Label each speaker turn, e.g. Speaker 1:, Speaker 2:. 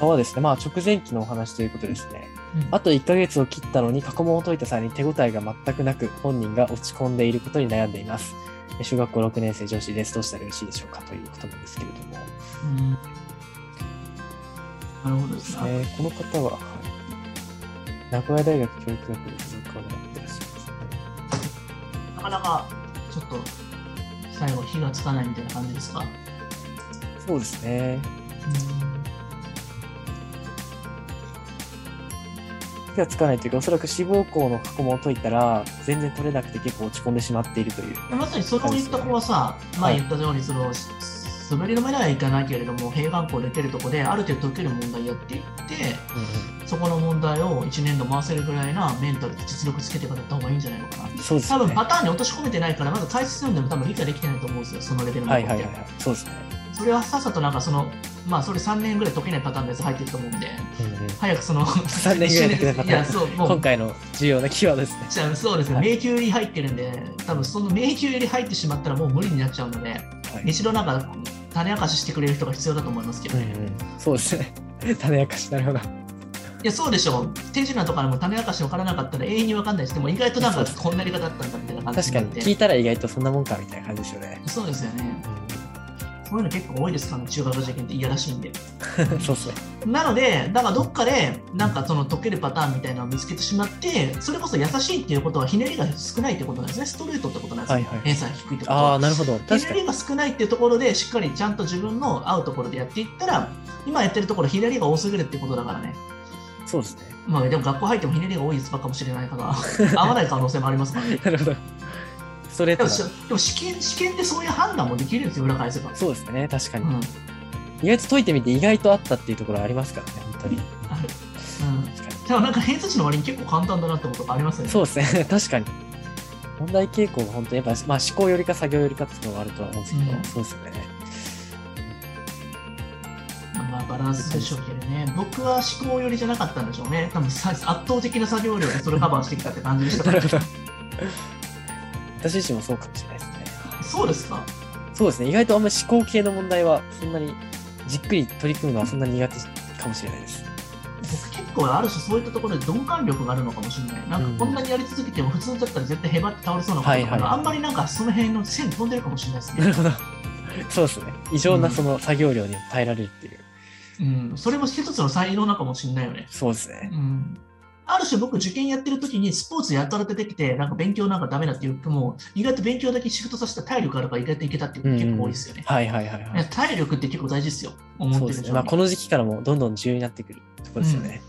Speaker 1: そうですね。まあ、直前期のお話ということですね。あと1ヶ月を切ったのに過去問を解いた際に手応えが全くなく、本人が落ち込んでいることに悩んでいます。小学校6年生女子です。どうしたらよろしいでしょうかということなんですけれども。
Speaker 2: うんなるほどですね。
Speaker 1: えーこの方は、はい名古屋大学教育学部附属を狙ってらっしゃいますね。
Speaker 2: なかなかちょっと最後火がつかないみたいな感じですか。
Speaker 1: そうですね。手がつかないというか、おそらく志望校の過去問を解いたら、全然取れなくて結構落ち込んでしまっているという。
Speaker 2: まさにそれを言った子はさ、前言ったようにその、滑り止めならいかないけれども、併願校で出るとこである程度解ける問題やっていって、そこの問題を1年度回せるぐらいなメンタルと実力つけてからやった方がいいんじゃないのかな。
Speaker 1: そうです
Speaker 2: 多
Speaker 1: ね。
Speaker 2: 分パターンに落とし込めてないから、まず解説読んでも多分理解できてないと思うんですよ、そのレベルの子
Speaker 1: は
Speaker 2: っ
Speaker 1: い
Speaker 2: て。
Speaker 1: はいはいはい。そうですね。
Speaker 2: それはさっさとなんかその、まあそれ3年ぐらい解けないパターンのやつ入ってると思うんで、
Speaker 1: うんうん
Speaker 2: 早くその、
Speaker 1: 3年ぐらい解けないパ ターン
Speaker 2: や、そう、もう
Speaker 1: 今、回の重要なキーワードですね。
Speaker 2: じゃあそうですね、
Speaker 1: はい
Speaker 2: 迷宮入り入ってるんで、多分その迷宮入り入ってしまったらもう無理になっちゃうので、
Speaker 1: はい
Speaker 2: 一度なんか種明かししてくれる人が必要だと思いますけど
Speaker 1: う
Speaker 2: ね。
Speaker 1: んうん、そうですね。 種明かし、なるほど。
Speaker 2: いや、そうでしょう、手品とかでも種明かし分からなかったら永遠に分かんないです。でも意外となん
Speaker 1: そう
Speaker 2: か
Speaker 1: です
Speaker 2: こんなやり方だったんだみたいな感じ
Speaker 1: 確か
Speaker 2: になっ
Speaker 1: に、
Speaker 2: て。
Speaker 1: 聞いたら意外とそんなもんかみたいな感じですよね。
Speaker 2: そうですよね。そういうの結構多いですからね、中学受験っていやらしいんで。
Speaker 1: そうですね。
Speaker 2: なので、だからどっかで、なんかその解けるパターンみたいなのを見つけてしまって、それこそ優しいっていうことは、ひねりが少ないってことなんですね、ストレートってことなんですね、
Speaker 1: はいはい
Speaker 2: 偏差が低いってこと
Speaker 1: あ
Speaker 2: は
Speaker 1: あ、なるほど。
Speaker 2: ひ
Speaker 1: 確
Speaker 2: ね
Speaker 1: か
Speaker 2: り
Speaker 1: に。
Speaker 2: が少ないっていうところで、しっかりちゃんと自分の合うところでやっていったら、今やってるところ、ひねりが多すぎるってことだからね、
Speaker 1: そうですね。
Speaker 2: まあ、でも学校入ってもひねりが多いやつばっかもしれないから、合わない可能性もありますから ね。
Speaker 1: なるほど。ストレー
Speaker 2: で
Speaker 1: ト
Speaker 2: も
Speaker 1: な。
Speaker 2: し
Speaker 1: そ
Speaker 2: でも試験試験ってそういう判断もできるんですよ、裏返せば。
Speaker 1: うですね。確か
Speaker 2: う
Speaker 1: に。
Speaker 2: んうん
Speaker 1: 意外と解いてみて意外とあったっていうところありますからね、本当に。確か
Speaker 2: でもなんか偏差値の割に結構簡単だなってことがありますよ
Speaker 1: に。
Speaker 2: ね。
Speaker 1: そうですね。 確かに。問題傾向が本当にやっぱ、まあ、思考よりか作業よりかっていうのがあるとは思うんですけど、
Speaker 2: うん
Speaker 1: そうですよね。
Speaker 2: まあ、バランスでしょうけどね、僕は思考寄りじゃなかったんでしょうね、多分さ圧倒的な作業量でそれカバーしてきたって感じでしたか
Speaker 1: なる ほ
Speaker 2: ら、
Speaker 1: ど。私自身もそうかもしれないですね。
Speaker 2: そうですか、
Speaker 1: そうですね。意外とあんまり思考系の問題は、そんなにじっくり取り組むのはそんなに苦手かもしれないです。
Speaker 2: 僕、結構ある種、そういったところで鈍感力があるのかもしれない、なんかこんなにやり続けても、普通だったら絶対へばって倒れそうなことだから、
Speaker 1: はいはい
Speaker 2: あんまりなんかその辺の線飛んでるかもしれないです
Speaker 1: な
Speaker 2: ね
Speaker 1: る、ほど。そうですね。異常なその作業量に耐えられるっていう。
Speaker 2: うん、それも一つの才能なのかもしれないよね。
Speaker 1: そうです
Speaker 2: う
Speaker 1: ね。
Speaker 2: んある種僕受験やってる時にスポーツやたら出てきてなんか勉強なんかダメだって言っても意外と勉強だけシフトさせた体力あるから意外といけたっていうの結構多いですよね。
Speaker 1: はいはいはいはい
Speaker 2: や
Speaker 1: い。
Speaker 2: 体力って結構大事ですよ。思
Speaker 1: そうで
Speaker 2: って
Speaker 1: す
Speaker 2: る
Speaker 1: ね。まあこの時期からもどんどん重要になってくるところですよね。